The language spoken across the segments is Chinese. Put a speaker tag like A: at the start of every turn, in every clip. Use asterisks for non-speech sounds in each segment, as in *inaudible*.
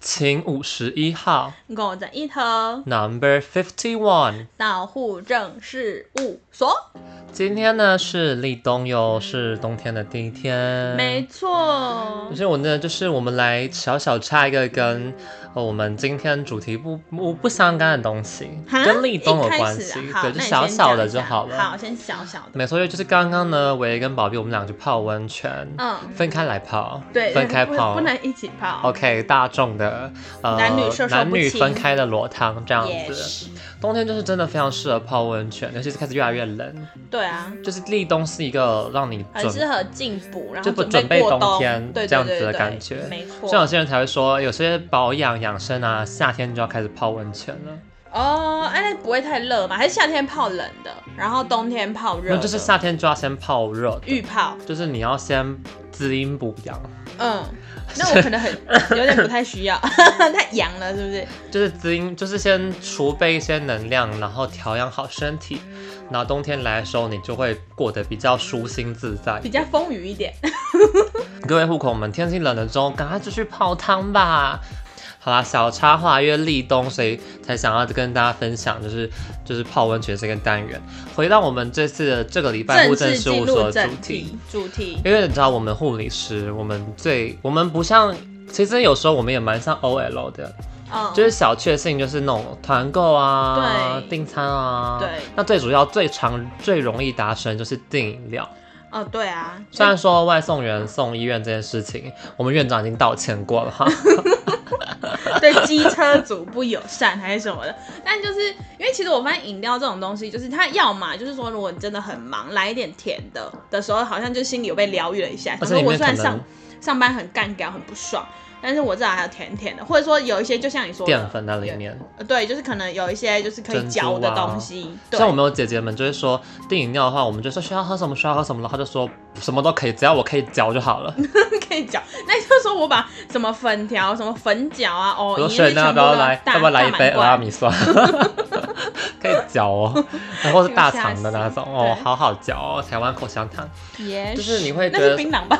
A: 请五十一号
B: 五十一号
A: Number Fifty One。
B: 到户政事务所，
A: 今天呢是立冬哟，是冬天的第一天。
B: 没错
A: 可。是我呢，嗯就是我们来小小插一个跟呃我们今天主题不不不相干的东西，
B: 哈
A: 跟立冬有
B: 一开
A: 关
B: 始
A: 系
B: 啊，好
A: 对，就
B: 那你
A: 小
B: 先
A: 小的
B: 讲一
A: 就
B: 下
A: 好了。
B: 好，先小小的。
A: 没错，就是刚刚呢，维跟宝碧我们俩去泡温泉，
B: 嗯，
A: 分开来泡，
B: 对，
A: 分开
B: 不
A: 泡，
B: 不能一起泡。
A: OK，大众的呃
B: 男女授受
A: 男
B: 不
A: 女
B: 亲
A: 分开的裸汤这样
B: 也
A: 子，
B: 是，
A: 冬天就是真的非常适合泡温泉，尤其是开始越来越冷，
B: 对啊，
A: 就是立冬是一个让你
B: 很
A: 准，
B: 适合进补，然
A: 就
B: 后
A: 不准
B: 备
A: 备
B: 过
A: 冬
B: 冬
A: 天
B: 对
A: 这样
B: 对
A: 子的
B: 对
A: 感
B: 对
A: 觉
B: 没
A: 像有
B: 错。
A: 些人才会说，有些保养养生啊，夏天就要开始泡温泉了，
B: 哦，哎，那不会太热嘛？还是夏天泡冷的，然后冬天泡热
A: 那
B: 的？
A: 就是夏天就要先泡热的，
B: 浴泡。
A: 就是你要先滋阴补阳，
B: 嗯，
A: *laughs*
B: 那我可能很有点不太需要， *laughs* 太阳了是不是？
A: 就是滋阴，就是先储备一些能量，然后调养好身体，然后冬天来的时候，你就会过得比较舒心自在
B: 比。较风雨一点。
A: 各位户口们，天气冷了之后，赶快就去泡汤吧。好啦，小插话，因为立冬，所以才想要跟大家分享，就是就是泡温泉这个单元。回到我们这次的这个礼拜户政
B: 式
A: 事
B: 进
A: 务
B: 入
A: 所的主
B: 正
A: 题，
B: 题，主题
A: 因为你知道我们护理师，我们最我们不像，其实有时候我们也蛮像 OL 的，
B: 嗯，
A: 就是小确幸，就是那种团购啊、
B: 对
A: 订餐啊。
B: 对
A: 那最主要、最常、最容易达成就是订饮料。
B: 哦，对啊，
A: 虽然说外送员送医院这件事情，我们院长已经道歉过
B: *laughs*
A: 了哈。
B: 对 *laughs* 机车族不友善还是什么的，但就是因为其实我发现饮料这种东西，就是它要嘛就是说，如果你真的很忙，来一点甜的的时候，好像就心里有被疗愈了一下。
A: 而
B: 想
A: 且
B: 说
A: 里
B: 我
A: 面
B: 虽
A: 可
B: 然上
A: 能
B: 上班很干掉很不爽，但是我至少还有甜甜的，或者说有一些就像你说的
A: 淀粉在里面。啊
B: 呃对，就是可能有一些就是可以嚼的东西，对
A: 像我，们有姐姐们就会说订饮料的话，我们就说需要喝什么需要喝什么，然后她就说什么都可以，只要我可以嚼就好了。
B: 可以嚼。那就是说我把什么粉条、什么粉饺啊，哦
A: 我，说
B: 一律
A: 水那要
B: 全部
A: 不要
B: 都
A: 来，
B: 大
A: 要不要来一
B: 大满
A: 杯俄拉
B: 贯
A: 米酸？可以嚼
B: *laughs*
A: 哦，然后是大肠的那种哦，
B: 对
A: 好好嚼哦，台湾口香糖。
B: 也
A: 就是你会
B: 那
A: 觉
B: 是
A: 得
B: 槟榔吧？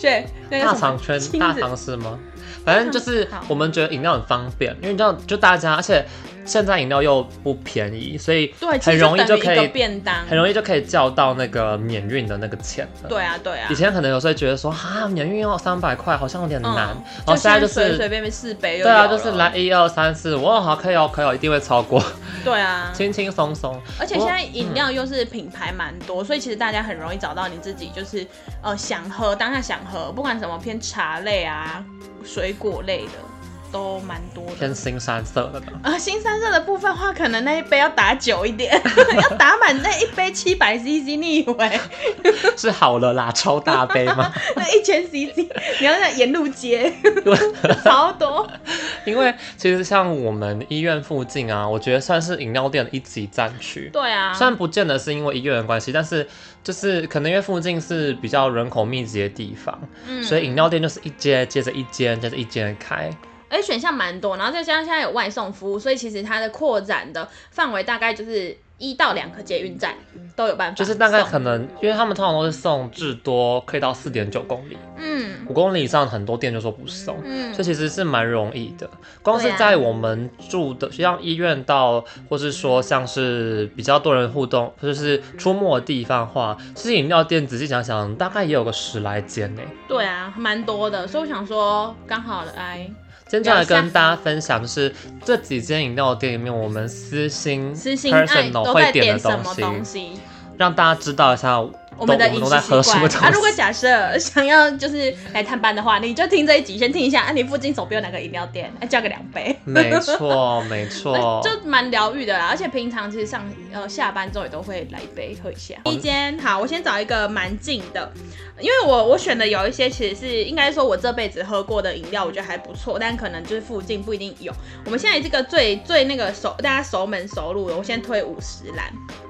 B: 对，那个
A: 大
B: 什么
A: 肠圈、
B: 亲
A: 大
B: 子
A: 肠是吗？反正就是
B: 好
A: 我们觉得饮料很方便，因为你知道，就大家，而且现在饮料又不便宜，所以
B: 对，
A: 很容易就
B: 就
A: 可
B: 等于一个
A: 以
B: 便当，
A: 很容易就可以叫到那个免运的那个钱了。
B: 对啊，对啊
A: 以。前可能有时候觉得说啊，免运要三百块，好像有点
B: 嗯
A: 难，然后哦现在就
B: 随随
A: 是。
B: 便便四杯就
A: 对啊，
B: 有
A: 就
B: 了
A: 是来，一二三四，哇，好可以哦，可以哦，一定会超过，
B: 对啊。
A: 轻轻松松。
B: 而且现在饮料又是品牌蛮多，所以其实大家很容易找到你自己，就是呃想喝当下想喝，不管什么偏茶类啊、水果类的都蛮多的。
A: 偏新山色的吧。
B: 呃，新三色的部分的话，可能那一杯要打久一
A: *laughs*
B: 点，要打满那一杯七百 CC，你以为？ *laughs*
A: 是好了啦，超大杯吗？ *laughs*
B: 那一千 CC，你要在沿路接， *laughs* 超多。
A: 因为其实像我们医院附近啊，我觉得算是饮料店的一级战区。
B: 对啊，
A: 虽然不见得是因为医院的关系，但是就是可能因为附近是比较人口密集的地方，
B: 嗯
A: 所以饮料店就是一间接着一间接着一间地开。
B: 而且哎选项蛮多，然后再加上现在有外送服务，所以其实它的扩展的范围大概就是一到两个捷运站都有办法
A: 就
B: 送，
A: 是大概可能，因为他们通常都是送至多可以到四点九公里，
B: 嗯
A: 五公里以上很多店就说不送。
B: 嗯
A: 这其实是蛮容易的，光是
B: 对啊
A: 在我们住的像医院到，或是说像是比较多人互动，就是出没的地方的话，其实饮料店仔细想想，大概也有个十来间呢。
B: 对啊，蛮多的，所以我想说刚好来
A: 今天就来
B: 聊一下
A: 跟大家分享，就是这几间饮料店里面，我们私心
B: 私心爱
A: personal
B: 都
A: 哦会
B: 在
A: 点的
B: 什么
A: 东西，
B: 东西，
A: 让大家知道一下
B: 我们的
A: 都我们
B: 饮食
A: 都在喝
B: 习
A: 什么东
B: 惯
A: 西
B: 啊。如果假设 *laughs* 想要就是来探班的话，你就听这一集，先听一下，啊，你附近手边有哪个饮料店，哎、叫个两杯。
A: *laughs*
B: 哎
A: 没错，没错，
B: *laughs* 就蛮疗愈的啦，而且平常其实上呃下班之后也都会来一杯喝一下。第一间好，我先找一个蛮近的，因为我我选的有一些其实是应该说我这辈子喝过的饮料，我觉得还不错，但可能就是附近不一定有。我们现在这个最最那个熟大家熟门熟路的，我先推五十岚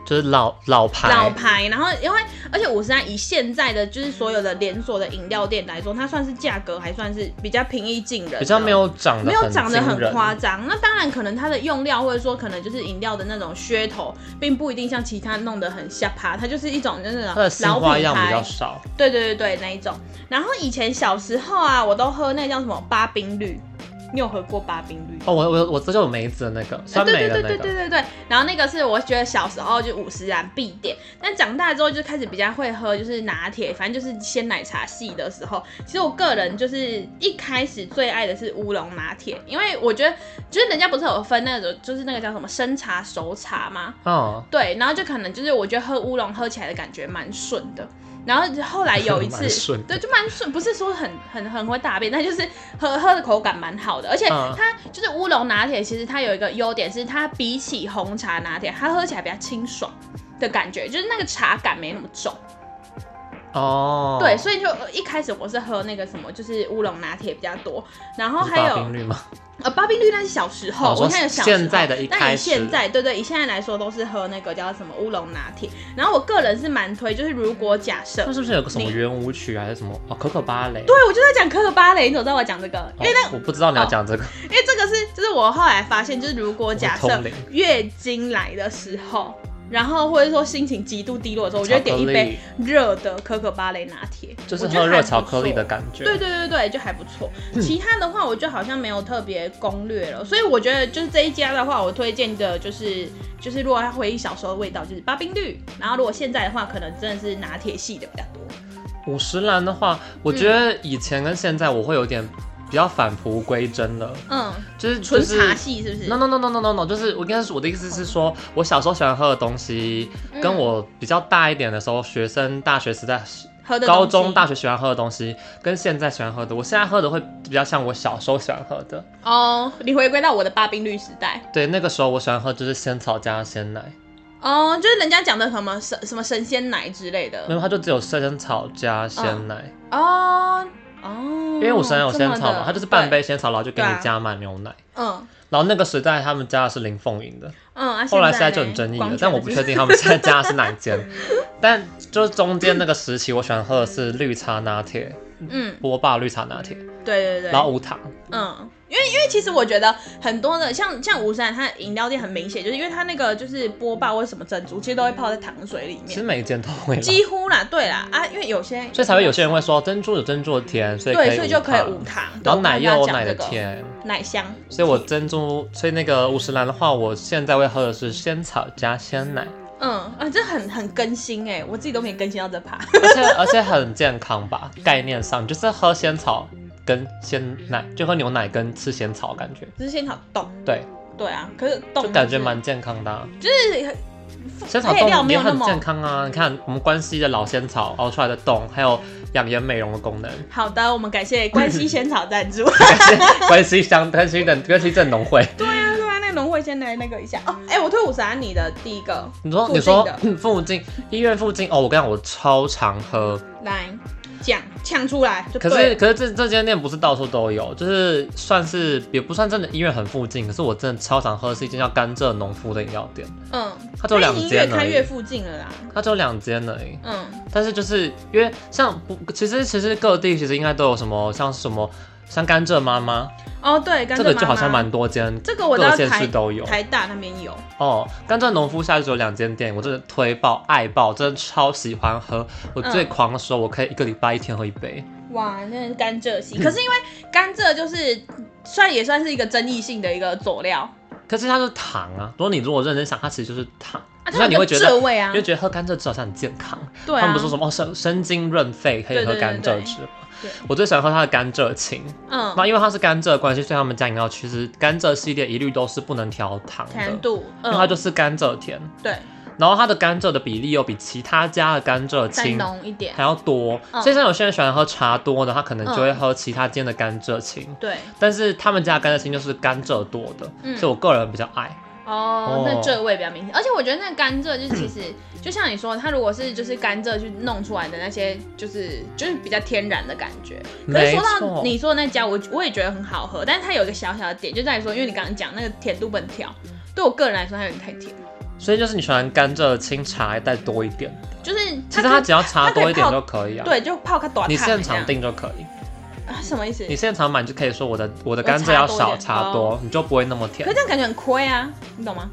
A: 就是老老牌，
B: 老牌，然后因为而且五十岚以现在的就是所有的连锁的饮料店来说，它算是价格还算是比较平易近人的，
A: 比较没有涨得
B: 没有涨得
A: 惊
B: 很
A: 人
B: 夸张。那当然，可能它的用料或者说可能就是饮料的那种噱头，并不一定像其他弄得很下趴，它就是一种就是那
A: 它的
B: 种
A: 新
B: 老
A: 花
B: 品
A: 样比较
B: 牌，
A: 少，
B: 对对对对那一种。然后以前小时候啊，我都喝那叫什么八冰绿，你有喝过八冰绿？
A: 哦，我我我这就有梅子的那个酸
B: 对
A: 梅
B: 对
A: 的
B: 对
A: 那
B: 对对
A: 个，
B: 对对。然后那个是我觉得小时候就五十岚必点，但长大之后就开始比较会喝，就是拿铁，反正就是鲜奶茶系的时候。其实我个人就是一开始最爱的是乌龙拿铁，因为我觉得就是人家不是有分那种就是那个叫什么生茶熟茶吗？
A: 哦，
B: 对，然后就可能就是我觉得喝乌龙喝起来的感觉蛮顺的。然后后来有一次
A: 蛮，顺
B: 对，就蛮顺，不是说很很很会大便，但就是喝喝的口感蛮好的，而且
A: 嗯
B: 它就是乌龙拿铁，其实它有一个优点是它比起红茶拿铁，它喝起来比较清爽的感觉，就是那个茶感没那么重。
A: 哦，
B: 对，所以就呃一开始我是喝那个什么，就是乌龙拿铁比较多，然后
A: 不是
B: 还
A: 八
B: 有
A: 冰
B: *laughs*
A: 绿吗？
B: 呃，巴宾绿那是小时候，
A: 哦
B: 我
A: 说
B: 看有小时候
A: 现在的一
B: 但
A: 开
B: 以
A: 始
B: 现在，对对，以现在来说都是喝那个叫什么乌龙拿铁。然后我个人是蛮推，就是如果假设
A: 那，是不是有个什么
B: 你
A: 圆舞曲还是什么？哦，可可芭蕾。
B: 对我就在讲可可芭蕾，你怎么知道我讲这个？因为那
A: 哦，我不知道你要
B: 哦
A: 讲这个。
B: 因为这个是就是我后来发现，就是如果假
A: 我
B: 设
A: 通灵
B: 月经来的时候，然后或者说心情极度低落的时候，我就会点
A: 巧
B: 一
A: 克
B: 杯
A: 力
B: 热的可可芭蕾拿铁，
A: 就是
B: 我觉得
A: 喝
B: 还
A: 热
B: 不
A: 巧克力
B: 错
A: 的感觉。
B: 对对对对，就还不错。
A: 嗯
B: 其他的话，我就好像没有特别攻略了，所以我觉得就是这一家的话，我推荐的就是就是如果要回忆小时候的味道，就是八冰绿。然后如果现在的话，可能真的是拿铁系的比较多。
A: 五十岚的话，我觉得以前跟现在我会有点比较返璞归真了，
B: 嗯，
A: 就是就
B: 纯
A: 是
B: 茶系是不是？
A: No no no no no no no，就是我应该是我的意思是说，我小时候喜欢喝的东西，
B: 嗯
A: 跟我比较大一点的时候，学生大学时代、
B: 喝的
A: 高中、大
B: 学
A: 学喜欢喝的东西，跟现在喜欢喝的，我现在喝的会比较像我小时候喜欢喝的。
B: 哦，你回归到我的八冰绿时代
A: 对，那个时候我喜欢喝就是仙草加鲜奶，
B: 哦，就是人家讲的什么神什么神仙奶之类
A: 没
B: 的
A: 有它就只有仙草加鲜
B: 嗯
A: 奶，
B: 哦哦，
A: 因为五十岚有
B: 这
A: 仙
B: 么
A: 草嘛
B: 的，
A: 它就是半
B: 对
A: 杯仙草，然后就给
B: 对
A: 你
B: 啊
A: 加满牛奶。
B: 嗯。
A: 然后那个时代他们加的是林凤营的，
B: 嗯，啊、
A: *laughs* 后来现在
B: 呢
A: 就很争议
B: 光
A: 了，
B: 泉
A: 但我
B: 是
A: 不确定他们现在加的是哪一间。但就是中间那个时期，我喜欢喝的是绿茶拿铁，
B: 嗯，
A: 波霸绿茶拿铁，
B: 对对对。
A: 然后无糖。
B: 嗯，因为因为其实我觉得很多的像像五十岚它的饮料店很明显，就是因为它那个就是波霸或者什么珍珠，其实都会泡在糖水里
A: 其实
B: 面，
A: 每一间都会啦，
B: 几乎啦，对啦啊，因为有些
A: 所以才会有些人会说珍珠有珍珠的甜，所以可以
B: 对，所以就可以无
A: 无糖。
B: 糖，
A: 然后奶也有
B: 对
A: 奶的，
B: 我刚刚讲
A: 甜，
B: 这个奶香，
A: 所以我珍珠，所以那个五十岚的话，我现在会喝的是仙草加鲜奶，
B: 嗯啊，这很很更新哎、我自己都没更新到这
A: *laughs*
B: 趴，
A: 而且而且很健康吧，概念上你就是喝仙草跟鲜奶，就喝牛奶跟吃仙草感觉，
B: 只是仙草冻，
A: 对，
B: 对啊，可是冻
A: 就感觉
B: 是
A: 蛮健康的、啊。
B: 就是
A: 仙草
B: 配料
A: 冻
B: 没
A: 也
B: 有那
A: 很
B: 么
A: 健康啊！你看我们关西的老仙草熬出来的冻，还有养颜美容的
B: *laughs*
A: 功能。
B: 好的，我们感谢关西仙草赞助。 *laughs*
A: 关西乡、关西镇、关西镇农会，
B: 对啊，对啊，那个农会先来那个一下哦。哎、我推五十安你的第一个
A: 你说
B: 附
A: 你
B: 近
A: 说嗯
B: 的
A: 附近医院附近哦，我跟你讲，我超常喝。
B: 来讲呛出来就
A: 可
B: 对了
A: 是可是这这间店不是到处都有，就是算是也不算真的医院很附近，可是我真的超常喝是一间叫甘蔗农夫的饮料店，
B: 嗯，
A: 它只有两
B: 已经越
A: 间而
B: 开越
A: 已，
B: 附近了啦。
A: 它只有两间而已。
B: 嗯，
A: 但是就是因为像不，其实其实各地其实应该都有什么像什么像甘蔗妈妈。
B: 哦对，甘
A: 这
B: 蔗
A: 个
B: 妈
A: 就好
B: 妈
A: 像蛮多间，
B: 这个我知道
A: 各县市
B: 台
A: 都有
B: 台大那边有，
A: 哦。甘蔗农夫下就有两间店，我真的推爆、爱爆，真的超喜欢喝。我最
B: 嗯
A: 狂的时候，我可以一个礼拜一天喝一杯。
B: 哇，那是甘
A: *laughs*
B: 蔗系。可是因为甘蔗就是算也算是一个争议性的一个佐料
A: 可是它是糖啊，如果你如果认真想，它其实就是糖，
B: 啊，它
A: 那
B: 有
A: 你会
B: 个
A: 觉得。
B: 蔗味啊
A: 你会，觉得喝甘蔗汁好像很健康，
B: 对
A: 他们
B: 啊
A: 不，是说什么哦生生津润肺可以喝
B: 对对对
A: 甘
B: 对
A: 蔗汁吗
B: 对
A: 我最喜欢喝它的甘蔗青，
B: 嗯，
A: 那因为它是甘蔗的关系，所以他们家饮料其实甘蔗系列一律都是不能调糖的，
B: 甜度，
A: 因为它
B: 嗯，
A: 就是甘蔗甜，
B: 对，
A: 然后它的甘蔗的比例又比其他家的甘蔗
B: 再
A: 青
B: 浓一点，
A: 还要多，
B: 嗯
A: 所以像有些人喜欢喝茶多的，他可能就会喝其他间的甘蔗青，
B: 对，
A: 但是他们家的甘蔗青就是甘蔗多的，
B: 嗯
A: 所以我个人比较爱。
B: 哦，那
A: 哦
B: 这味比较明显，而且我觉得那甘蔗就是其实就像你说，它如果是就是甘蔗去弄出来的那些，就是就是比较天然的感觉。可是
A: 没
B: 说
A: 错
B: 到，你说的那家，我我也觉得很好喝，但是它有一个小小的点，就在于说，因为你刚刚讲那个甜度不能调，对我个人来说它有点太甜，
A: 所以就是你喜欢甘蔗青茶再多一点，
B: 就是
A: 其实它只要茶
B: 它可以
A: 多一点
B: 泡
A: 就可以啊。，
B: 对就泡个短
A: 你
B: 烫这样。
A: 现场订就可以，
B: 啊？什么意思？
A: 你
B: 可
A: 现场买就可以说我的我的
B: 我的
A: 甘蔗要
B: 茶多一
A: 少
B: 点
A: 茶多，你就不会那么甜 *laughs*
B: 是。这样感觉很亏啊，你懂吗？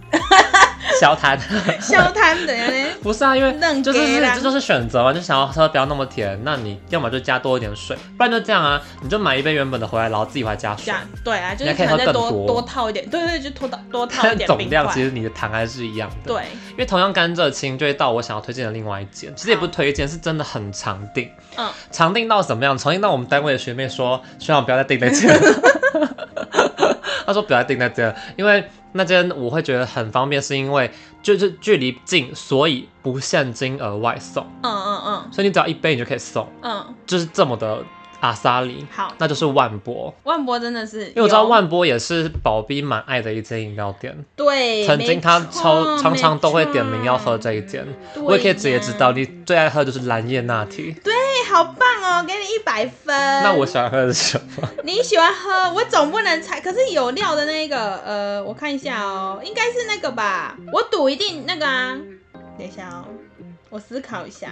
A: 消谈。
B: *laughs* 消摊的呢？
A: *laughs* 不是啊，因为
B: 嫩
A: 就这
B: 给
A: 是
B: 啦
A: 这就是选择嘛，就想要喝不要那么甜，那你要么就加多一点水，不然就这样啊，你就买一杯原本的回来，然后自己还加
B: 这
A: 水。
B: 样对啊，就是
A: 你还可以
B: 可能再
A: 喝更
B: 多
A: 多
B: 多套一点，对对，就多套多套一
A: 但 *laughs*
B: 点
A: 总
B: 冰
A: 量其
B: 块。
A: 实你的糖还是一样的，，
B: 对，
A: 因为同样甘蔗青就会到我想要推荐的另外一间，其实也不是推荐，是真的很常订，
B: 嗯，
A: 常订到怎么样？常订到我们单位的学妹说，学长不要再订那
B: *laughs*
A: 间了，她说不要再订那间了，因为那间我会觉得很方便，是因为就是距离近，所以不限金额外送，
B: 嗯嗯嗯
A: 所以你只要一杯你就可以送，
B: 嗯，
A: 就是这么的阿萨里，
B: 好，
A: 那就是万波，
B: 万博真的是有，因
A: 因为我知道万波也是宝逼蛮爱的一间饮料店。
B: 对，
A: 曾经他
B: 没错
A: 超常常都会
B: 没错
A: 点名要喝这一间，
B: 对
A: 我也可以直接知道
B: 呀
A: 你最爱喝就是蓝叶拿铁。
B: 哎，好棒哦，给你一百分。
A: 那我喜欢喝的是什么？
B: 你喜欢喝，我总不能猜。可是有料的那个，呃，我看一下哦，应该是那个吧？我赌一定那个啊。等一下哦，我思考一下。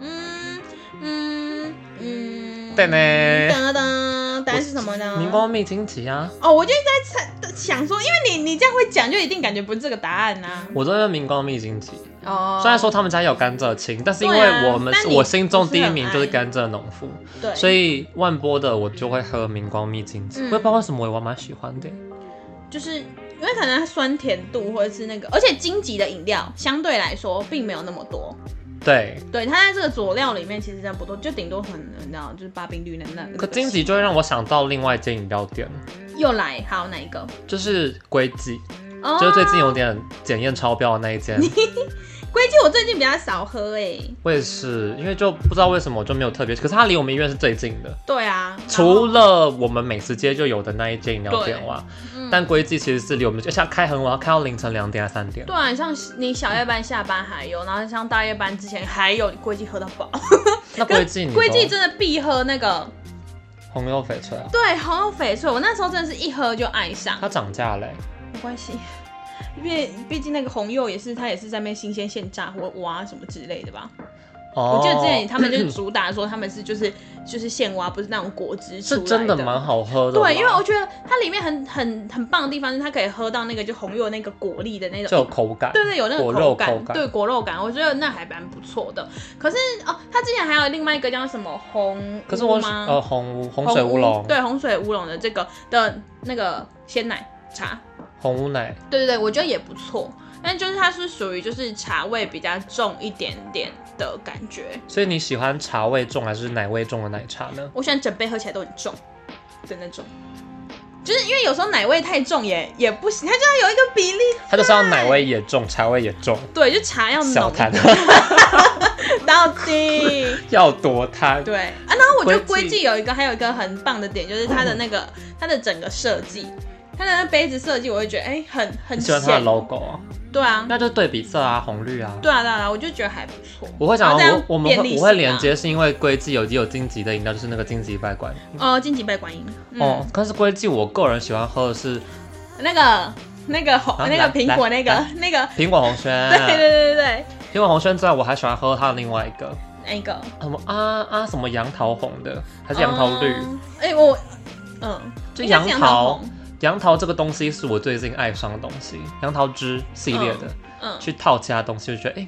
B: 嗯嗯嗯。
A: 对呢
B: 噔噔，答案是什么呢？
A: 柠檬蜜金奇啊！
B: 哦，我就一直在猜，想说，因为你你这样会讲，就一定感觉不是这个答案啊呐、
A: 我都认明光蜜金奇，
B: 哦，
A: 虽然说他们家有甘蔗青，但是因
B: 对啊
A: 为我们、
B: 但你
A: 我心中第一名
B: 不是
A: 就
B: 很爱
A: 是甘蔗农夫，
B: 对，
A: 所以万波的我就会喝明光蜜金奇。
B: 嗯
A: 我也不知道为什么我蛮喜欢的，
B: 就是因为可能它酸甜度或者是那个，而且荆棘的饮料相对来说并没有那么多。
A: 对。
B: 对，它在这个佐料里面其实真的不多，就顶多很你知道，就是八冰绿那那。
A: 可金奇就会让我想到另外一间饮料店，
B: 又来，还有哪一个？
A: 就是龟记，
B: 哦
A: 就是最近有点检验超标的那一间。
B: 龟记我最近比较少喝哎、
A: 我也是，因为就不知道为什么我就没有特别，可是它离我们医院是最近的，
B: 对啊，
A: 除了我们美食街就有的那一间饮料店
B: 对
A: 哇，
B: 嗯
A: 但龟记其实是离我们，而且它开很晚，要开到凌晨两点还三点
B: 对。啊，你像你小夜班下班还有，然后像大夜班之前还有龟记喝到饱，
A: 嗯
B: *laughs*
A: 那龟记你
B: 龟记
A: 这
B: 真的必喝那个，
A: 红油翡翠啊，
B: 对，红油翡翠，我那时候真的是一喝就爱上，
A: 它涨价嘞、
B: 没关系。 *laughs* 因为毕竟那个红柚也是，它也是在那边新鲜现榨或挖什么之类的吧。
A: 哦，
B: 我记得之前他们就是主打说他们是就是 *coughs* 就是现挖，不是那种果汁出
A: 是
B: 来
A: 真的
B: 的
A: 蛮好喝的啦，
B: 对，因为我觉得它里面很很很棒的地方是它可以喝到那个就红柚那个果粒的那
A: 就有
B: 种。
A: 口感，
B: 对对，有那个
A: 果肉
B: 感，
A: 口感
B: 对果肉感，我觉得那还蛮不错的。可是哦，它之前还有另外一个叫什么红，
A: 可是我
B: 吗？
A: 呃红乌红水乌龙，
B: 对红水乌龙的这个的那个鲜奶茶，
A: 红乌奶，
B: 对对对，我觉得也不错。但就是它是属于就是茶味比较重一点点的感觉，
A: 所以你喜欢茶味重还是奶味重的奶茶呢？
B: 我喜欢整杯喝起来都很重的那种，就是因为有时候奶味太重也也不行，它就要有一个比例。
A: 它就是要奶味也重，茶味也重，
B: 对，就茶要
A: 小
B: 浓
A: 谈。
B: *laughs* 到底。
A: 要多贪。
B: 对啊，然后我觉得
A: 龟
B: 龟
A: 记
B: 记有一个还有一个很棒的点，就是它的那个它的整个设计，它的那杯子设计，我会觉得哎、很很
A: 你喜欢它的
B: 显
A: logo 啊？
B: 对啊，
A: 那就对比色啊，红绿啊。
B: 对啊，对啊，对啊我就觉得还不错。
A: 我会想
B: 然后这
A: 到
B: 样
A: 我我们
B: 便利
A: 会
B: 性
A: 我会连
B: 啊。
A: 接，是因为龟记有有荆棘的饮料，就是那个荆棘拜观。
B: 哦，荆棘拜观音。嗯、
A: 哦，但是龟记我个人喜欢喝的是
B: 那个那个红、
A: 啊
B: 那
A: 来
B: 个苹果
A: 来
B: 那个
A: 来
B: *laughs*
A: 嗯
B: 那个，
A: 苹果红轩。
B: 对 *laughs* 对对对对，
A: 苹果红轩之外，我还喜欢喝它的另外一个
B: 那个
A: 什么啊啊什么杨桃红的，还是杨桃绿？
B: 嗯哎、我嗯，
A: 就
B: 应该是
A: 杨
B: 杨
A: 桃
B: 红。
A: 杨桃这个东西是我最近爱上的东西，杨桃汁系列的，
B: 嗯，
A: 去套其他东西，就觉得哎、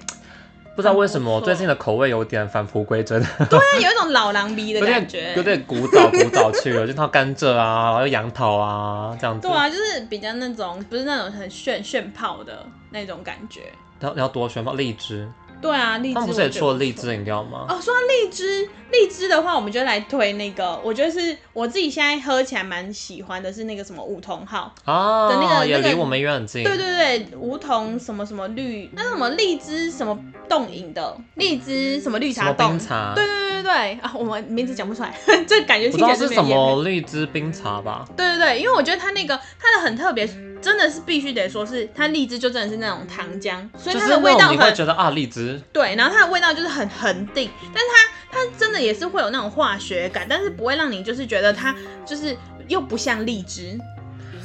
A: 不知道为什么
B: 很
A: 我
B: 不错
A: 最近的口味有点返璞归真。
B: 对，有一种老狼鼻的
A: 有
B: 感
A: 点
B: 觉，
A: 有点古早古早 *laughs* 去了，就它甘蔗啊，然后杨桃啊这样子。
B: 对啊，就是比较那种不是那种很炫炫泡的那种感觉。
A: 然后然后多选嘛，荔枝，
B: 对啊，荔枝
A: 他们不是也
B: 我觉得
A: 出了
B: 不
A: 荔
B: 错
A: 枝饮料吗？
B: 哦，说到荔枝，荔枝的话，我们就来推那个，我觉得是我自己现在喝起来蛮喜欢的，是那个什么梧桐号。
A: 啊，
B: 的那个
A: 也
B: 那
A: 离
B: 个
A: 我们医院很近。
B: 对对对，梧桐什么什么绿，那是什么荔枝什么冻饮的，荔枝什么绿
A: 什
B: 茶
A: 么
B: 冻
A: 冰。茶？
B: 对对对对啊，我们名字讲不出来， *laughs* 这感觉
A: 不知
B: 听起
A: 道
B: 来
A: 是
B: 没
A: 什
B: 有业配
A: 么荔枝冰茶吧？
B: 对对对，因为我觉得它那个它的很特别，真的是必须得说是它荔枝就真的是那种糖浆，所以
A: 就
B: 它
A: 是
B: 的味
A: 那
B: 道
A: 种你会
B: 很
A: 觉得啊，荔枝
B: 对，然后它的味道就是很恒定，但是它它真的也是会有那种化学感，但是不会让你就是觉得它就是又不像荔枝，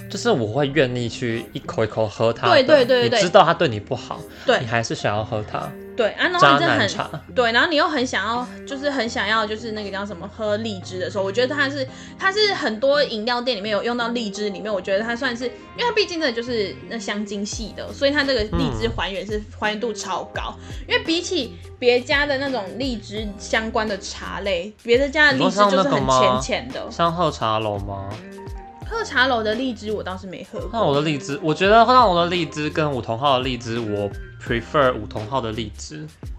A: 就是我会愿意去一口一口喝它的。
B: 对对对对
A: 你知道它对你不好，
B: 对
A: 你还是想要喝它。
B: 对啊，然后
A: 渣
B: 你真的
A: 男
B: 很
A: 茶，
B: 对，然后你又很想要，就是很想要，就是那个叫什么喝荔枝的时候，我觉得它是它是很多饮料店里面有用到荔枝，里面我觉得它算是，因为它毕竟真的就是那香精系的，所以它这个荔枝还原
A: 嗯
B: 是、还原度超高。因为比起别家的那种荔枝相关的茶类，别的家的荔枝
A: 你说像
B: 就是
A: 那个
B: 很
A: 吗
B: 浅浅的。
A: 像喝茶楼吗？
B: 喝茶楼的荔枝我倒是没喝
A: 那我
B: 过，
A: 的荔枝，我觉得让我的荔枝跟五同号的荔枝，我 prefer 五同号的荔枝。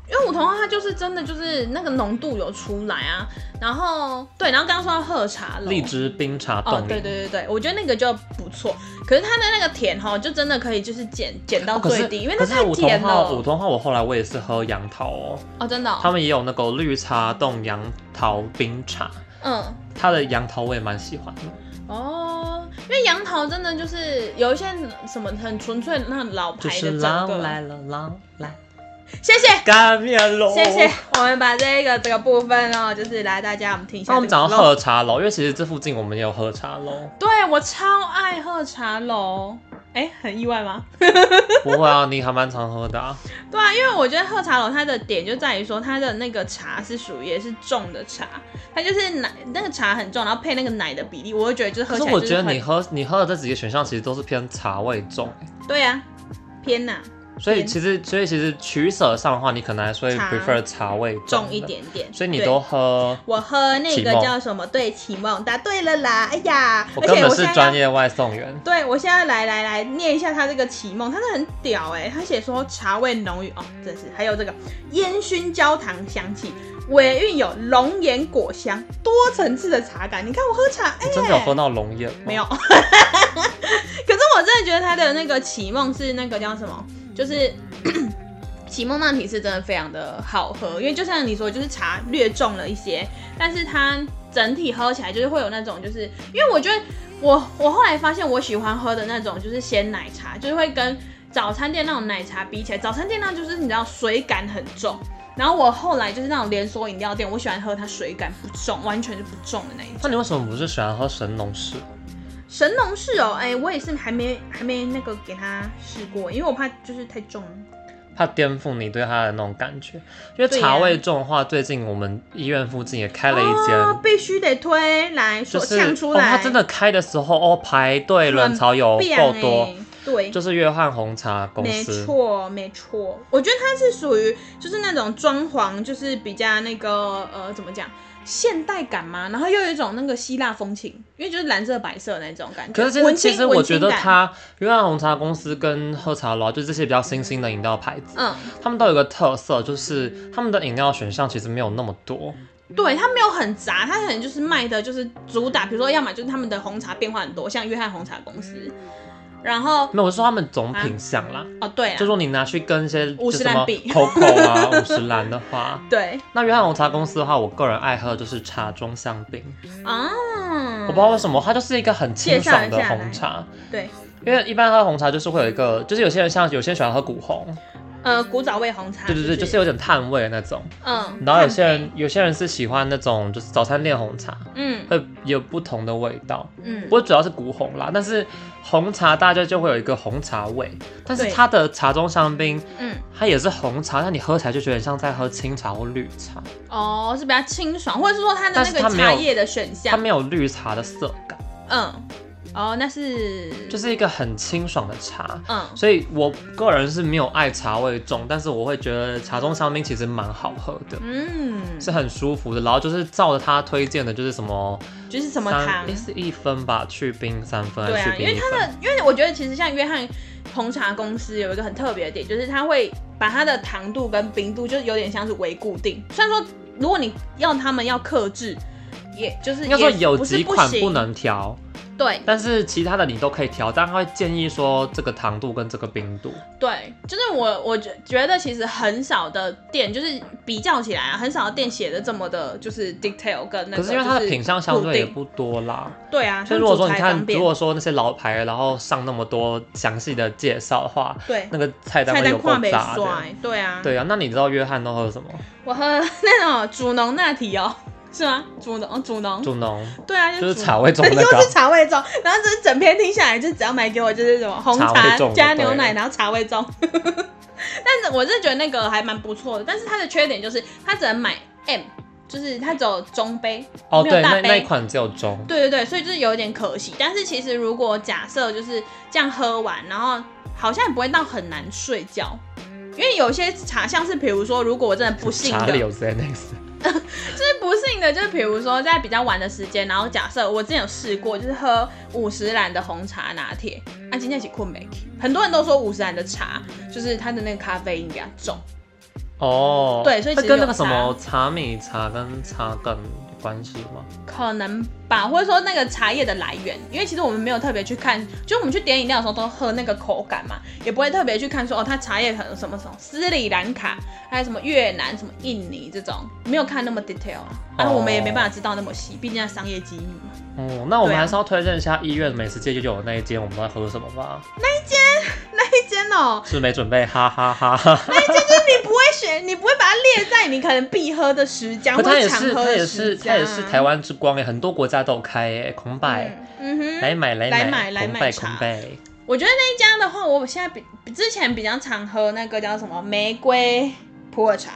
B: 因为梧桐它就是真的就是那个浓度有出来啊。然后对，然后刚刚说到喝茶楼，
A: 荔枝冰茶冻啊
B: 哦，
A: 饮、
B: 对对对对，我觉得那个就不错。可是它的那个甜哈，就真的可以就是减减到
A: 哦可是
B: 最低，因为
A: 可
B: 它
A: 是
B: 太
A: 五
B: 甜
A: 同号，五
B: 了。
A: 同号我后来我也是喝杨桃哦，
B: 哦，真的哦、
A: 他们也有那个绿茶冻杨桃冰茶，
B: 嗯，
A: 它的杨桃我也蛮喜欢的。
B: 哦，因为杨桃真的就是有一些什么很纯粹的那种老
A: 就
B: 牌
A: 是
B: 的
A: 狼
B: 整个
A: 来。哦了，狼来
B: 谢谢。
A: 干面喽。
B: 谢谢，我们把这个这个部分哦，就是来大家我们听一下
A: 那我
B: 这
A: 们
B: 个 flow。
A: 讲到喝茶楼，因为其实这附近我们也有喝茶
B: *laughs*
A: 楼。
B: 对我超爱喝茶楼，哎，很意外吗？
A: 不会啊，你还蛮常喝的啊。
B: 对啊，因为我觉得喝茶楼它的点就在于说，它的那个茶是属于也是重的茶，它就是奶那个茶很重，然后配那个奶的比例，我会觉得就是
A: 可
B: 喝
A: 是
B: 起来
A: 我
B: 就
A: 觉
B: 是
A: 得
B: 很
A: 你喝你喝的这几个选项其实都是偏茶味重，欸
B: 对啊，偏呐、
A: 所以
B: 偏
A: 其实所以其实取舍上的话，你可能还是会
B: 茶
A: prefer 茶味
B: 重一
A: 的。
B: 点点，
A: 所以你
B: 对
A: 都。喝，
B: 我喝那
A: 启
B: 个
A: 梦
B: 叫什么？对，启梦答对了啦！哎呀，
A: 我
B: 而
A: 根
B: 且
A: 本
B: 我
A: 是
B: 现在要
A: 专业外送员。
B: 对，我现在来来来念一下他这个启梦，他是很屌哎、他写说茶味浓郁哦，真是，还有这个烟熏焦糖香气，尾韵有龙眼果香，多层次的茶感。你看我喝茶，哎、
A: 你真的有喝到龙眼？
B: 没 *laughs* 有，。可是我真的觉得他的那个启梦是那个叫什么，就是 *coughs* 启梦那题是真的非常的好喝，因为就像你说，就是茶略重了一些，但是它整体喝起来就是会有那种，就是因为我觉得我我后来发现我喜欢喝的那种就是鲜奶茶，就是会跟早餐店那种奶茶比起来，早餐店那就是你知道水感很重。然后我后来就是那种连锁饮料店，我喜欢喝它水感不重，完全是不重的那一种。
A: 那你为什么不是喜欢喝神农氏？
B: 神农氏哦，哎、我也是还没还没那个给他试过，因为我怕就是太重了。
A: 怕颠覆你对它的那种感觉，因为
B: 对
A: 茶
B: 呀
A: 味重的话，最近我们医院附近也开了一间，
B: 哦，必须得推来
A: 就
B: 说
A: 是
B: 呛出
A: 哦，
B: 来，
A: 它真的开的时候哦，排队人潮有
B: 变
A: 够多
B: 哎，对，
A: 就是约翰红茶公
B: 没
A: 司。
B: 错没错，我觉得它是属于就是那种装潢，就是比较那个呃怎么讲现代感嘛，然后又有一种那个希腊风情，因为就是蓝色白色那种感觉。
A: 可是其实
B: 文
A: 其
B: 青
A: 实我觉得，
B: 文青感
A: 它约翰红茶公司跟喝茶楼啊，就这些比较新兴的饮料牌子，
B: 嗯，
A: 他们都有一个特色，就是他们的饮料选项其实没有那么多。
B: 对，它没有很杂，它可能就是卖的就是主打，比如说要么就是他们的红茶变化很多，像约翰红茶公司，然后
A: 没有，我是说他们总品相啦，
B: 哦对
A: 就
B: 啦，
A: 说你拿去跟一些
B: 五
A: 就
B: 十
A: 什么
B: 岚比
A: COCO 啊、
B: *laughs*
A: 五十岚的话，
B: 对
A: 那约翰红茶公司的话，我个人爱喝的就是茶中香槟，
B: 啊，
A: 我不知道为什么，它就是一个很清爽的
B: 介绍一下来
A: 红茶。
B: 对，
A: 因为一般喝红茶就是会有一个，就是有些人像有些人喜欢喝古红，
B: 呃古早味红茶，
A: 对对对，就是
B: 是
A: 有点炭味的那种。
B: 嗯，
A: 然后有
B: 看
A: 些人有些人是喜欢那种就是早餐店红茶，
B: 嗯
A: 会有不同的味道。
B: 嗯
A: 不，过主要是古红啦，但是红茶大家就会有一个红茶味，但是
B: 对
A: 它的茶中香槟
B: 嗯
A: 它也是红茶，但你喝起来就觉得像在喝清茶或绿茶，
B: 哦是比较清爽，或者是说它的
A: 但
B: 那
A: 是
B: 个
A: 它没有
B: 茶叶的选
A: 它
B: 项，
A: 没有绿茶的涩感，
B: 嗯，哦那是
A: 就是是一个很清爽的茶。
B: 嗯
A: 所以我个人是没有爱茶味重，但是我会觉得茶中香槟其实蛮好喝的，
B: 嗯，
A: 是很舒服的。然后就是照着他推荐的，就是什么
B: 就是什
A: 三
B: 么糖
A: 诶是一分吧，去冰三分
B: 对
A: 还是
B: 啊
A: 去，
B: 因
A: 冰
B: 为
A: 一
B: 它
A: 分？
B: 的，因为我觉得其实像约翰红茶公司有一个很特别的点，就是它会把它的糖度跟冰度就是有点像是微固定。虽然说如果你要他们要克制，也就是
A: 应该说
B: 也
A: 有
B: 不是
A: 几款
B: 不
A: 不
B: 行
A: 能调，
B: 对
A: 但是其他的你都可以调，但他会建议说这个糖度跟这个冰度。
B: 对，就是我我觉觉得其实很少的店就是比较起来啊，很少的店写的这么的就是 detail 跟那个
A: 可是因为它的
B: 就是
A: 品相相
B: 固
A: 对也
B: 定
A: 不多啦，
B: 对啊，
A: 所以如果说你
B: 他们煮菜
A: 看
B: 方，便
A: 如果说那些老牌，然后上那么多详细的介绍的
B: *laughs*
A: 话，
B: 对。
A: 那个菜单
B: 菜
A: 会有
B: 单
A: 够
B: 跨没嗯
A: 杂的。
B: 衰，对啊， *laughs*
A: 对啊，那你知道约翰都喝什么？
B: 我喝那种主浓拿铁哦，是吗？主农，主农，
A: 主农
B: 对啊，
A: 就是
B: 主 *laughs*
A: 肠胃中那
B: 又是
A: 个，
B: 肠胃中，然后这整篇听下来，就只要买给我就是什么红
A: 肠
B: 茶
A: 胃中
B: 加
A: 就对
B: 牛奶，
A: 了
B: 然后茶味中。 *laughs* 但是我是觉得那个还蛮不错的，但是它的缺点就是它只能买 M，就是它只有中杯，
A: 哦
B: 没有
A: 对，
B: 大
A: 那那一
B: 杯。
A: 款只有中，
B: 对对对，所以就是有点可惜。但是其实如果假设就是这样喝完，然后好像也不会到很难睡觉，因为有些茶像是比如说，如果我真的不信
A: 茶
B: 的
A: 里，有 Xanax，
B: 就是不幸的，就是比如说在比较晚的时间，然后假设我之前有试过，就是喝五十兰的红茶拿铁，啊，今天起困没？很多人都说五十兰的茶就是它的那个咖啡因比较重，
A: 哦，
B: 对所以
A: 它
B: 其实
A: 跟那
B: 有
A: 个什
B: 差
A: 么茶米茶跟茶梗有关系吗？
B: 可能吧，或者说那个茶叶的来源，因为其实我们没有特别去看，就我们去点饮料的时候都喝那个口感嘛，也不会特别去看说哦，它茶叶可能什么什么斯里兰卡，还有什么越南、什么印尼这种，没有看那么 detail，啊，
A: 哦
B: 我们也没办法知道那么细，毕竟它商业机密嘛。
A: 哦，那我
B: 对
A: 们
B: 啊
A: 还是要推荐一下医院美食街就有那一间，我们在喝什么吧？
B: 那一间哦、
A: 是没准备，哈哈哈哈。
B: 你不会选，你不会把它列在你可能必喝的十家，
A: 可
B: 或
A: 它也
B: 者常
A: 是，
B: 喝
A: 它也是，
B: 的十
A: 它
B: 家。
A: 也是台湾之光哎，很多国家都有开哎，孔百、
B: 嗯。嗯哼，
A: 来买来
B: 来买
A: 买，
B: 来
A: 孔
B: 买
A: 百
B: 茶
A: 孔百，
B: 我觉得那一家的话，我现在比比之前比较常喝那个叫什么玫瑰普洱茶，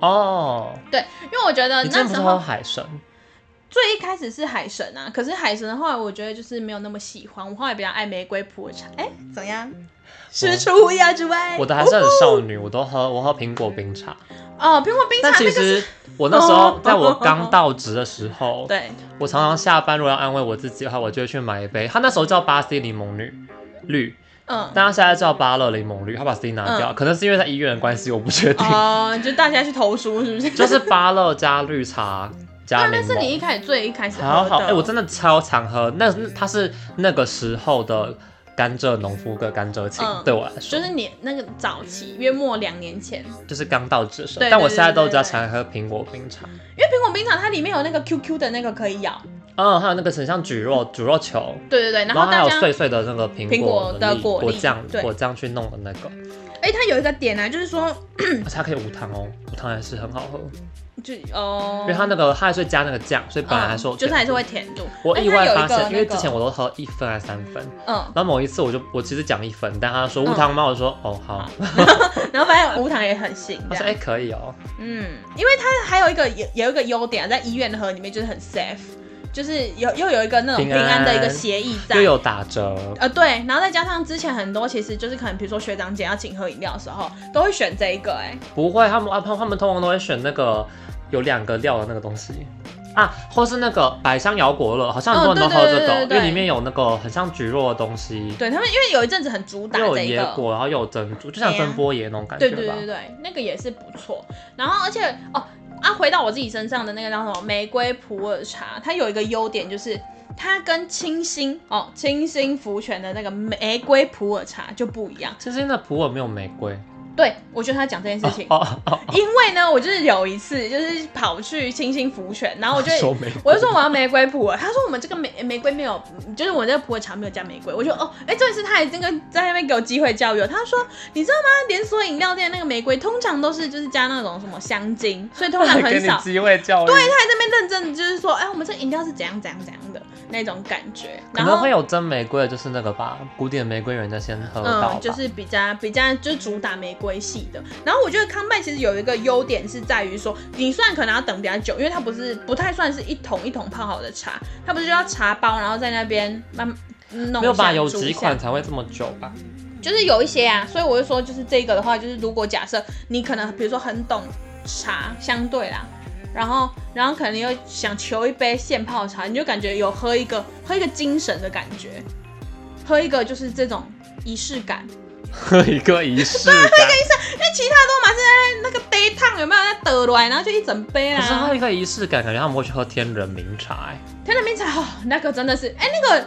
A: 哦，
B: 对，因为我觉得
A: 你之前
B: 呃那
A: 不
B: 时
A: 是喝
B: 候
A: 海参？
B: 最一开始是海神啊，可是海神的话，我觉得就是没有那么喜欢，我后来比较爱玫瑰普洱茶。哎、怎样？师出无涯之外，
A: 哦嗯我的还是很少女，我都喝，我喝苹果冰茶。
B: 哦，苹果冰茶
A: 但其
B: 那个是
A: 实我那时候
B: 哦，
A: 在我刚到职的时候，
B: 对，
A: 我常常下班如果要安慰我自己的话，我就会去买一杯。它那时候叫巴西柠檬绿绿，
B: 嗯，
A: 但它现在叫芭乐柠檬绿，它把 C 拿掉，可能是因为在医院的关系，我不确定。
B: 哦、就大家去投书是不
A: *laughs*
B: 是？
A: 就是芭乐加绿茶加
B: 对，
A: 柠
B: 那是你一
A: 檬，
B: 开始最一开始
A: 好
B: 喝
A: 好哎、
B: 的。
A: 我真的超常喝。那它是那个时候的甘蔗农夫跟甘蔗青，
B: 嗯
A: 对我来说
B: 就是你那个早期约莫两年前，因
A: 就是刚到职的时候。
B: 对对
A: 但我现在
B: 对对
A: 都比较
B: 对对
A: 常喝苹果冰茶，
B: 为苹果冰茶它里面有那个 QQ 的那个可以咬，
A: 嗯，还有那个很像蒟蒻蒟蒻球。
B: 对对对，然
A: 然后
B: 后
A: 还
B: 大
A: 有
B: 家，
A: 碎碎的那个苹
B: 苹果的
A: 粒
B: 果
A: 果
B: 粒
A: 酱
B: 对
A: 果酱去弄的那个，
B: 哎、它有一个点啊，就是说，
A: 而且它可以无糖哦，无糖还是很好喝，
B: 就哦，
A: 因为它那个它还是会加那个酱，所以本来还是有
B: 嗯就是
A: 甜
B: 还是
A: 度
B: 会甜度。
A: 我
B: 哎
A: 意外发
B: 它有一个那
A: 现，
B: 个
A: 因为之前我都喝一分还是三分，
B: 嗯，
A: 然后某一次我就我其实讲一分，但他说
B: 嗯
A: 无糖吗？我说哦好，
B: 然后发现无糖也很行，
A: 他
B: 这
A: 说
B: 样
A: 哎、可以哦，
B: 嗯，因为它还有一个也有一个优点啊，在医院喝里面就是很 safe，就是有又有一个那种
A: 平
B: 平
A: 安
B: 安的一个协议在
A: 又。有打折，
B: 呃，对，然后再加上之前很多其实就是可能比如说学长姐要请喝饮料的时候，都会选这一个、哎，
A: 不会他们啊他他们通常都会选那个有两个料的那个东西。啊，或是那个百香摇果乐，好像很多人
B: 嗯
A: 都
B: 对
A: 喝
B: 对
A: 这
B: 对
A: 个，
B: 对对
A: 因为里面有那个很像橘络的东西，
B: 对他们因为有一阵子很主打
A: 又有
B: 这一
A: 野
B: 个，
A: 果，然后又有珍珠，就像
B: 对呀
A: 珍波爷那种感觉
B: 对
A: 吧。
B: 对对对，那个也是不错。然后而且哦啊，回到我自己身上的那个叫什么玫瑰普洱茶，它有一个优点就是它跟清新哦清新福泉的那个玫瑰普洱茶就不一样。
A: 其实那普洱没有玫瑰
B: 对我觉得他讲这
A: *laughs*
B: 件事情，
A: 哦哦哦，
B: 因为呢，我就是有一次就是跑去清新福泉，然后我就。
A: 说玫瑰，
B: 我就说我要玫瑰普洱，他说我们这个玫玫瑰没有，嗯就是我这个普洱茶没有加玫瑰。我就哦，哎、这一次他还真跟在那边给我机会教育我，他说你知道吗？连锁饮料店那个玫瑰通常都是就是加那种什么香精，
A: *laughs*
B: 所以通常
A: 给
B: 很
A: 你
B: 少。
A: 机会教育，
B: 对，他还在那边认真，就是说，哎、我们这饮料是怎样怎样怎样的那种感觉。
A: 可
B: 然
A: 能
B: 后
A: 会有真玫瑰，就是那个吧，古典玫瑰人家先喝到吧
B: 嗯，就是比较比较就是主打玫瑰系的。然后我觉得康拜其实有一个优点是在于说，你虽然可能要等比较久，因为它不是不太算是一桶一桶泡好的茶，它不是就要茶包，然后在那边慢慢弄
A: 没有
B: 一下
A: 吧？有
B: 煮
A: 几
B: 一下
A: 款才会这么久
B: *laughs*
A: 吧？
B: 就是有一些啊，所以我就说，就是这个的话，就是如果假设你可能比如说很懂茶，相对啦，然后然后可能又想求一杯现泡茶，你就感觉有喝一个喝一个精神的感觉，喝一个就是这种仪式感。
A: 喝一个仪式感，
B: 那其他都嘛是在那个杯烫有没有在得来，然后就一整杯
A: 可是喝
B: 啦。
A: 一个仪式感，感觉他们会去喝天人茗茶、哎，
B: 天人茗茶哦，那个真的是，哎、那个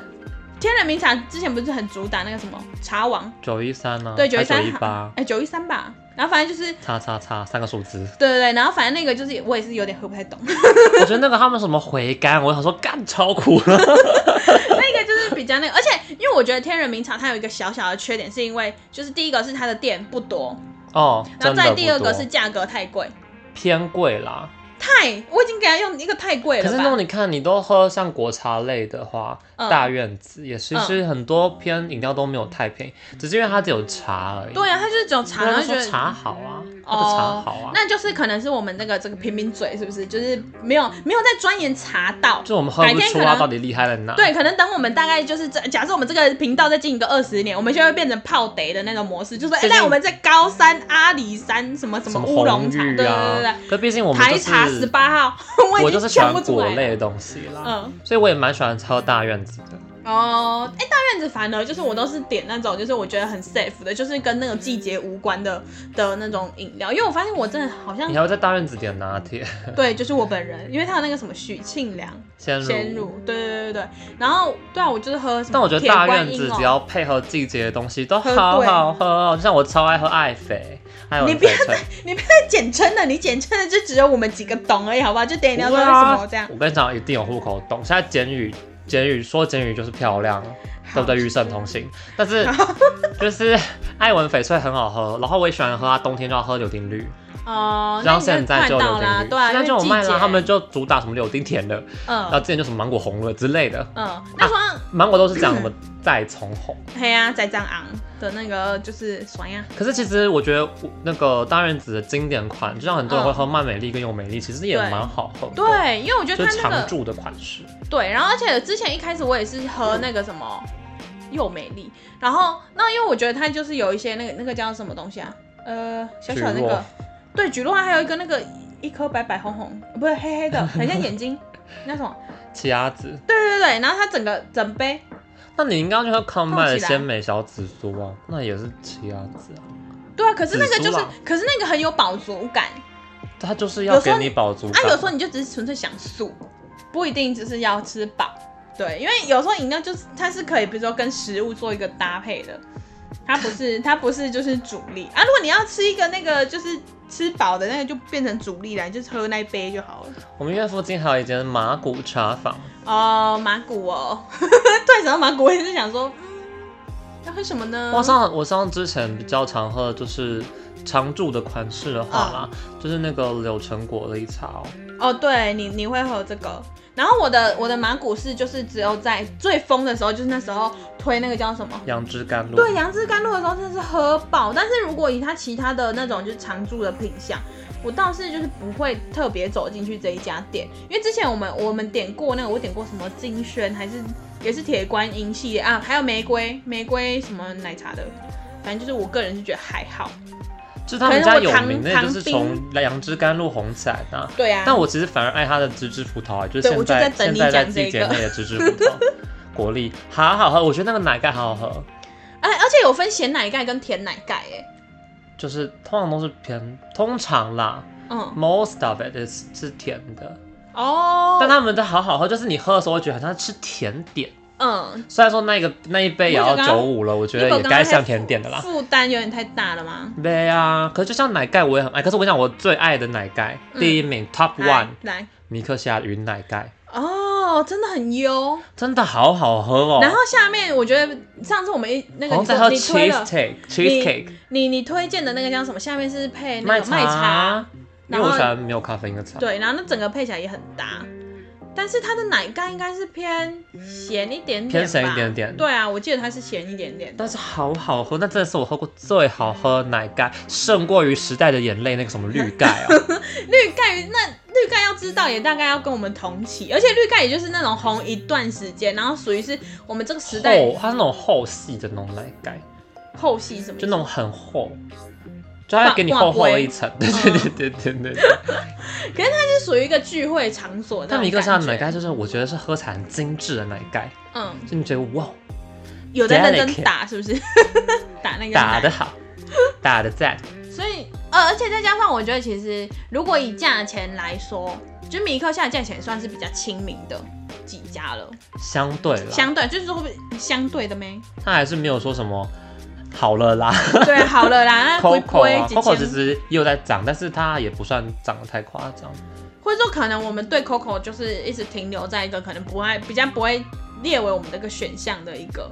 B: 天人茗茶之前不是很主打那个什么茶王？
A: 九一三呢？
B: 对，九一
A: 啊九
B: 三
A: 一八，
B: 哎，九一三吧。然后反正就是，
A: 叉叉叉三个数字。 *laughs*
B: 对对对，然后反正那个就是我也是有点喝不太懂， *laughs*
A: 我觉得那个他们什么回甘，我想说干超苦了。
B: *laughs* 那个就是比较那个，而且因为我觉得天人茗茶它有一个小小的缺点，是因为就是第一个是它的店不多，
A: 哦，
B: 然
A: 真
B: 后
A: 的
B: 再
A: 不
B: 第二个
A: 多
B: 是价格太贵，
A: 偏贵啦，
B: 太，我已经给他用一个太贵了
A: 可
B: 吧。
A: 是那种你看，你都喝像国茶类的话，
B: 嗯
A: 大院子也是，
B: 嗯
A: 其实很多偏饮料都没有太便宜，只是因为它只有茶而已。
B: 对啊，他就是只有茶，
A: 对
B: 然
A: 啊，就
B: 后就觉
A: 说
B: 得
A: 茶好啊，它的茶
B: 哦
A: 好啊。
B: 那就是可能是我们那个这个平民嘴是不是？就是没有没有在钻研茶道。
A: 就我们喝不
B: 改天
A: 出
B: 可
A: 它
B: 能
A: 到底厉害在哪。，
B: 对，可能等我们大概就是这，假设我们这个频道再进一个二十年，我们就会变成泡得的那种模式，就是说，哎、
A: 最近
B: 那我们在高山、阿里山什么什
A: 什
B: 么
A: 么
B: 乌龙
A: 红
B: 茶，
A: 玉
B: 对对
A: 啊，
B: 对对
A: 可毕竟我
B: 对，
A: 们
B: 台
A: 就
B: 茶十
A: 是 *laughs*
B: 八号，我
A: 我
B: 已
A: 就是
B: 经
A: 喜欢
B: 想不出
A: 果
B: 来
A: 类
B: 了。
A: 的东西啦，
B: 嗯，
A: 所以我也蛮喜欢喝大院子的。
B: 哦，哎、大院子反而就是我都是点那种，就是我觉得很 safe 的，就是跟那个季节无关的的那种饮料，因为我发现我真的好像
A: 你还会在大院子点拿铁、
B: 对，就是我本人，因为他有那个什么许庆良
A: 鲜乳。
B: 鲜乳，对对对对对。然后对啊，我就是喝什么、
A: 但我觉得大院子只
B: 只
A: 要配合季节的东西都
B: 喝
A: 好
B: 对
A: 好喝哦，就像我超爱喝爱妃，还有
B: 嗯你
A: 翡
B: 不要
A: 翠
B: *laughs* 你不要简称了，你简称的就只有我们几个懂而已，好不好？就点饮料说
A: 不会
B: 为
A: 啊
B: 什么这样，
A: 我跟你讲，一定有户口懂。现在简语，简语说简语就是漂亮，对不对？与神
B: *laughs*
A: 同行。但是就是爱文翡翠很好喝，然后我也喜欢喝它，冬天就要喝柳丁绿，
B: 哦、那
A: 然后
B: 你就
A: 现在
B: 看
A: 就有柳
B: 到
A: 丁
B: 啦
A: 绿，，
B: 对啊，
A: 现在就
B: 因为
A: 有
B: 季
A: 卖啦。
B: 节
A: 他们就主打什么柳丁甜的，然后
B: 嗯
A: 之前就什么芒果红了之类的，
B: 嗯，那说、
A: 芒果都是
B: 嗯
A: 讲什么再从红。
B: 黑啊，在张昂的那个就是酸呀、
A: 可是其实我觉得我那个大院子的经典款，就像很多人会喝曼美丽跟优美丽，其实也
B: 对
A: 蛮好喝的，，
B: 对，因为我觉
A: 就
B: 得它
A: 是
B: 那
A: 常
B: 个
A: 驻的款式。
B: 对，然后而且之前一开始我也是喝那个什么又美丽，然后那因为我觉得它就是有一些那个那个叫什么东西啊，呃，小小的那
A: 菊
B: 个
A: 络，
B: 对，菊络还有一个那个一颗白白红红，不是黑黑的，很像眼睛，那什么，
A: 奇亚籽，
B: 对对对，然后它整个整杯
A: 那你应该要去喝康
B: 动
A: 麦
B: 起
A: 的
B: 来
A: 鲜美小紫苏啊，那也是奇亚籽啊，
B: 对啊，可是那
A: 紫
B: 个
A: 苏
B: 就是
A: 啦，
B: 可是那个很有饱足感
A: 它就是要
B: 有时
A: 给
B: 候
A: 你
B: 你
A: 饱足
B: 啊
A: 感。，
B: 有时候你就只是纯粹想素，不一定就是要吃饱，对，因为有时候饮料就是它是可以，比如说跟食物做一个搭配的，它不是它不是就是主力啊。如果你要吃一个那个就是吃饱的那个，就变成主力了，你就喝那一杯就好了。
A: 我们医院附近还有一间麻古茶坊，
B: 哦，马古 *laughs* 哦，对，然后马古我也是想说，嗯，要喝什么呢？
A: 我上我上之前比较常喝的就是常驻的款式的话啦，
B: 嗯
A: 就是那个柳橙果绿茶哦，
B: 哦，对你你会喝这个。然后我的我的马古是就是只有在最疯的时候，就是那时候推那个叫什么
A: 杨枝甘露。
B: 对，杨枝甘露的时候真的是喝爆，但是如果以它其他的那种就是常驻的品相，我倒是就是不会特别走进去这一家店，因为之前我们我们点过那个，我点过什么金萱还是也是铁观音系列啊，还有玫瑰玫瑰什么奶茶的，反正就是我个人是觉得还好，
A: 就是他们
B: 可能
A: 家
B: 我
A: 有
B: 糖
A: 名的，就是
B: 糖
A: 从杨枝甘露红起来的啊、
B: 对啊，
A: 但我其实反而爱它的芝芝葡萄啊，就是
B: 对
A: 现
B: 我就
A: 在
B: 在等
A: 现
B: 你
A: 在在
B: 讲
A: 季
B: 这
A: 节
B: 个
A: 内的芝芝葡萄，果粒好好喝，我觉得那个奶盖好好喝，
B: 而哎而且有分咸奶盖跟甜奶盖哎、
A: 就是通常都是偏通常啦
B: 嗯
A: ，most of it is 是甜的，
B: 哦，
A: 但他们的好好喝，就是你喝的时候会觉得很像吃甜点。
B: 嗯，
A: 虽然说那个那一杯也要
B: 我觉得
A: 九
B: 刚
A: 五了，我觉
B: 你
A: 得
B: 不
A: 也
B: 刚
A: 该
B: 刚
A: 像
B: 还
A: 甜点的啦。
B: 负担有点太大了吗？
A: 对啊，可是就像奶盖我也很爱，可是我跟你讲我最爱的奶盖、
B: 嗯
A: 第一名 top
B: 来
A: one
B: 来
A: 尼克西亚云奶盖，
B: 哦，真的很优。
A: 真的好好喝哦。
B: 然后下面我觉得上次我们一那个
A: 好像在
B: 你说
A: 喝
B: 你推了
A: cheesecake cheesecake
B: 你你推荐的那个叫什么？下面是配那
A: 麦
B: 个麦茶，
A: 茶，因为
B: 然
A: 我
B: 后
A: 喜欢没有咖啡因的茶。
B: 对，然后那整个配起来也很搭，但是它的奶盖应该是偏咸一点点，
A: 偏咸一点点
B: 对啊，我记得它是咸一点点的。
A: 但是好好喝，那真的是我喝过最好
B: 嗯
A: 喝的奶盖，胜过于时代的眼泪那个什么绿盖哦。
B: 绿盖那绿盖要知道，也大概要跟我们同期，而且绿盖也就是那种红一段时间，然后属于是我们这个 *laughs* 时代
A: 厚，哦啊它是那种厚细的那种奶盖，
B: 后系什么意思？
A: 就那种很厚，就它会给你厚厚的一层。 *laughs* 对对对对对对
B: 嗯
A: 对。
B: 它是属于一个聚会场所那
A: 但
B: 种
A: 米克夏的奶
B: 感觉
A: 盖就是我觉得是喝起来很精致的奶盖，
B: 嗯，
A: 就你觉得哇，
B: 有在认真
A: Delicate
B: 打是不 *laughs* 是？打那个
A: 打
B: 奶
A: 得好，打得赞。
B: 所以呃，而且再加上我觉得，其实如果以价钱来说，就米克夏的价钱算是比较亲民的几家了，
A: 相对啦，
B: 相对就是说相对的咩？ *laughs*
A: 他还是没有说什么好了啦。
B: 对，啊好了 *laughs* 啦，那龟
A: Coco
B: 龟
A: 啊
B: 几
A: ，Coco 其
B: 千，
A: 实也有在涨，但是它也不算涨得太夸张。
B: 或者说可能我们对 Coco 就是一直停留在一个可能不爱比较不会列为我们的一个选项的一个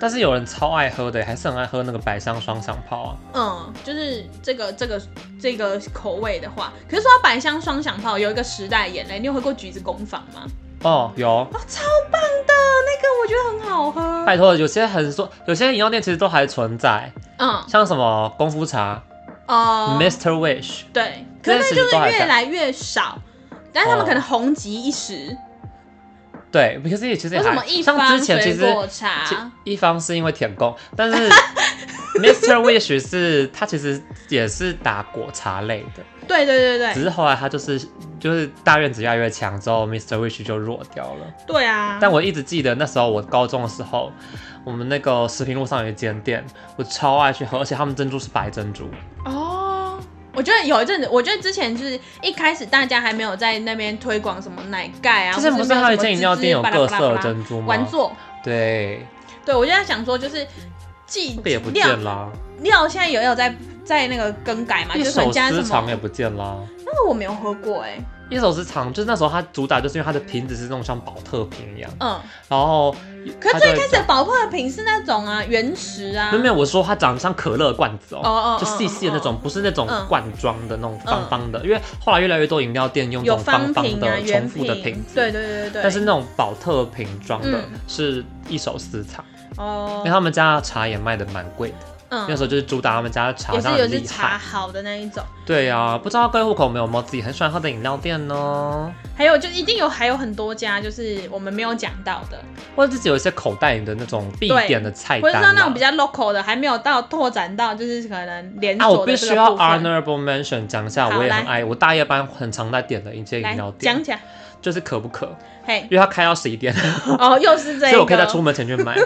A: 但是有人超爱喝的，还是很爱喝那个百香双响炮啊。
B: 嗯，就是这个这个这个口味的话，可是说到百香双响炮，有一个时代眼泪，你有喝过橘子工坊吗？
A: 哦，有，
B: 哦，超棒的那个，我觉得很好喝。
A: 拜托，有些很说，有些饮料店其实都还存在，
B: 嗯，
A: 像什么功夫茶、
B: 哦、
A: Mr. Wish，
B: 对，可
A: 这些其
B: 是那就
A: 实
B: 是
A: 都还
B: 越
A: 在
B: 来越少，但是他们
A: 哦
B: 可能红极一时。
A: 对，可是也其实也
B: 为什么
A: 还
B: 一
A: 像
B: 方
A: 之前其
B: 水
A: 实
B: 果
A: 其
B: 茶？
A: 一方是因为舔供，但
B: *laughs*
A: 是 Mr. Wish 是它其实也是打果茶类的，
B: 对对对
A: 只
B: 对，
A: 是后来它就是就是大院子越来越强之后，Mr. Wish 就弱掉了。
B: 对啊。
A: 但我一直记得那时候我高中的时候，我们那个食品路上有一间店，我超爱去喝，而且他们珍珠是白珍珠。
B: 哦，我觉得有一阵子，我觉得之前就是一开始大家还没有在那边推广什么奶盖啊，
A: 之前
B: 或
A: 不
B: 是
A: 是
B: 没有
A: 还有一
B: 什么
A: 间饮料
B: 芝
A: 店有
B: 芝巴拉
A: 各
B: 巴拉
A: 色
B: 巴
A: 的
B: 拉
A: 珍珠吗
B: 玩？做，
A: 对，
B: 对我就在想说，就是既
A: 这也不
B: 料
A: 见啦，
B: 料现在也有在在那个更改嘛，就
A: 一
B: 是可能
A: 手
B: 加什
A: 私藏
B: 么
A: 也？不见啦。
B: 那个我没有喝过哎、
A: 一手私藏就是那时候它主打就是因为它的瓶子是那种像保特瓶一样，
B: 嗯，
A: 然后
B: 可
A: 它
B: 是最
A: 就会
B: 开始的宝珀的瓶是那种啊原石啊，
A: 没有没有，我说它长得像可乐罐子哦，
B: 哦哦哦
A: 就细细的那种，不是那种
B: 嗯
A: 罐装的那种方方的，因为后来越来越多饮料店用这
B: 有
A: 种方
B: 方
A: 方
B: 瓶啊
A: 的重
B: 圆
A: 复的瓶子，
B: 对对对对对，
A: 但是那种保特瓶装的
B: 嗯
A: 是一手私藏，因为
B: 哦，
A: 他们家的茶也卖的蛮贵的，
B: 嗯
A: 那时候就是主打他们家的茶，
B: 也是
A: 当然
B: 有
A: 很
B: 是
A: 厉
B: 茶
A: 害。
B: 好的那一种。
A: 对啊，不知道各位户口有没有自己很喜欢喝的饮料店呢？
B: 还有就一定有还有很多家，就是我们没有讲到的，
A: 或者自己有一些口袋里的那种必
B: 对
A: 点的菜
B: 或者
A: 单、
B: 是
A: 啊，
B: 那种比较 local 的，还没有到拓展到就是可能连
A: 啊，
B: 锁
A: 我必
B: 的这
A: 须
B: 个
A: 要
B: 部分。
A: honorable mention 讲一下，
B: 好
A: 我也很
B: 来
A: 爱，我大夜班很常在点的一间饮
B: 来
A: 料
B: 讲
A: 店，
B: 起来，
A: 就是可不可，
B: 嘿，
A: 因为它开到十一点，
B: 哦，又是这
A: *laughs* 所
B: 一
A: 以
B: 个，
A: 我可以在出门前去买。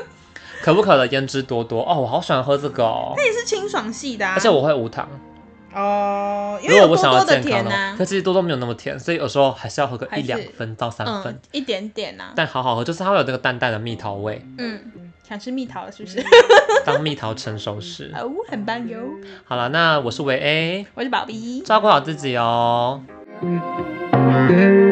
A: 可不可的胭脂多多哦，我好喜欢喝这个哦，
B: 这也是清爽系的、啊，
A: 而且我会无糖，
B: 哦，因
A: 如
B: 为
A: 果
B: 有
A: 我
B: 多
A: 想要
B: 多的啊
A: 健
B: 甜
A: 康的
B: 呐、
A: 话，可是多多没有那么甜，所以有时候还是要喝个
B: 还
A: 一
B: 是
A: 两分到三分
B: 嗯，，一点点呐、
A: 但好好喝，就是它会有那个淡淡的蜜桃味，
B: *laughs* 嗯，想吃蜜桃了是不是？
A: 当蜜桃成熟时。
B: 哦，很棒哟，
A: 好了，那我是维 A，
B: 我是宝贝。
A: 照顾好自己哦。
C: Yeah.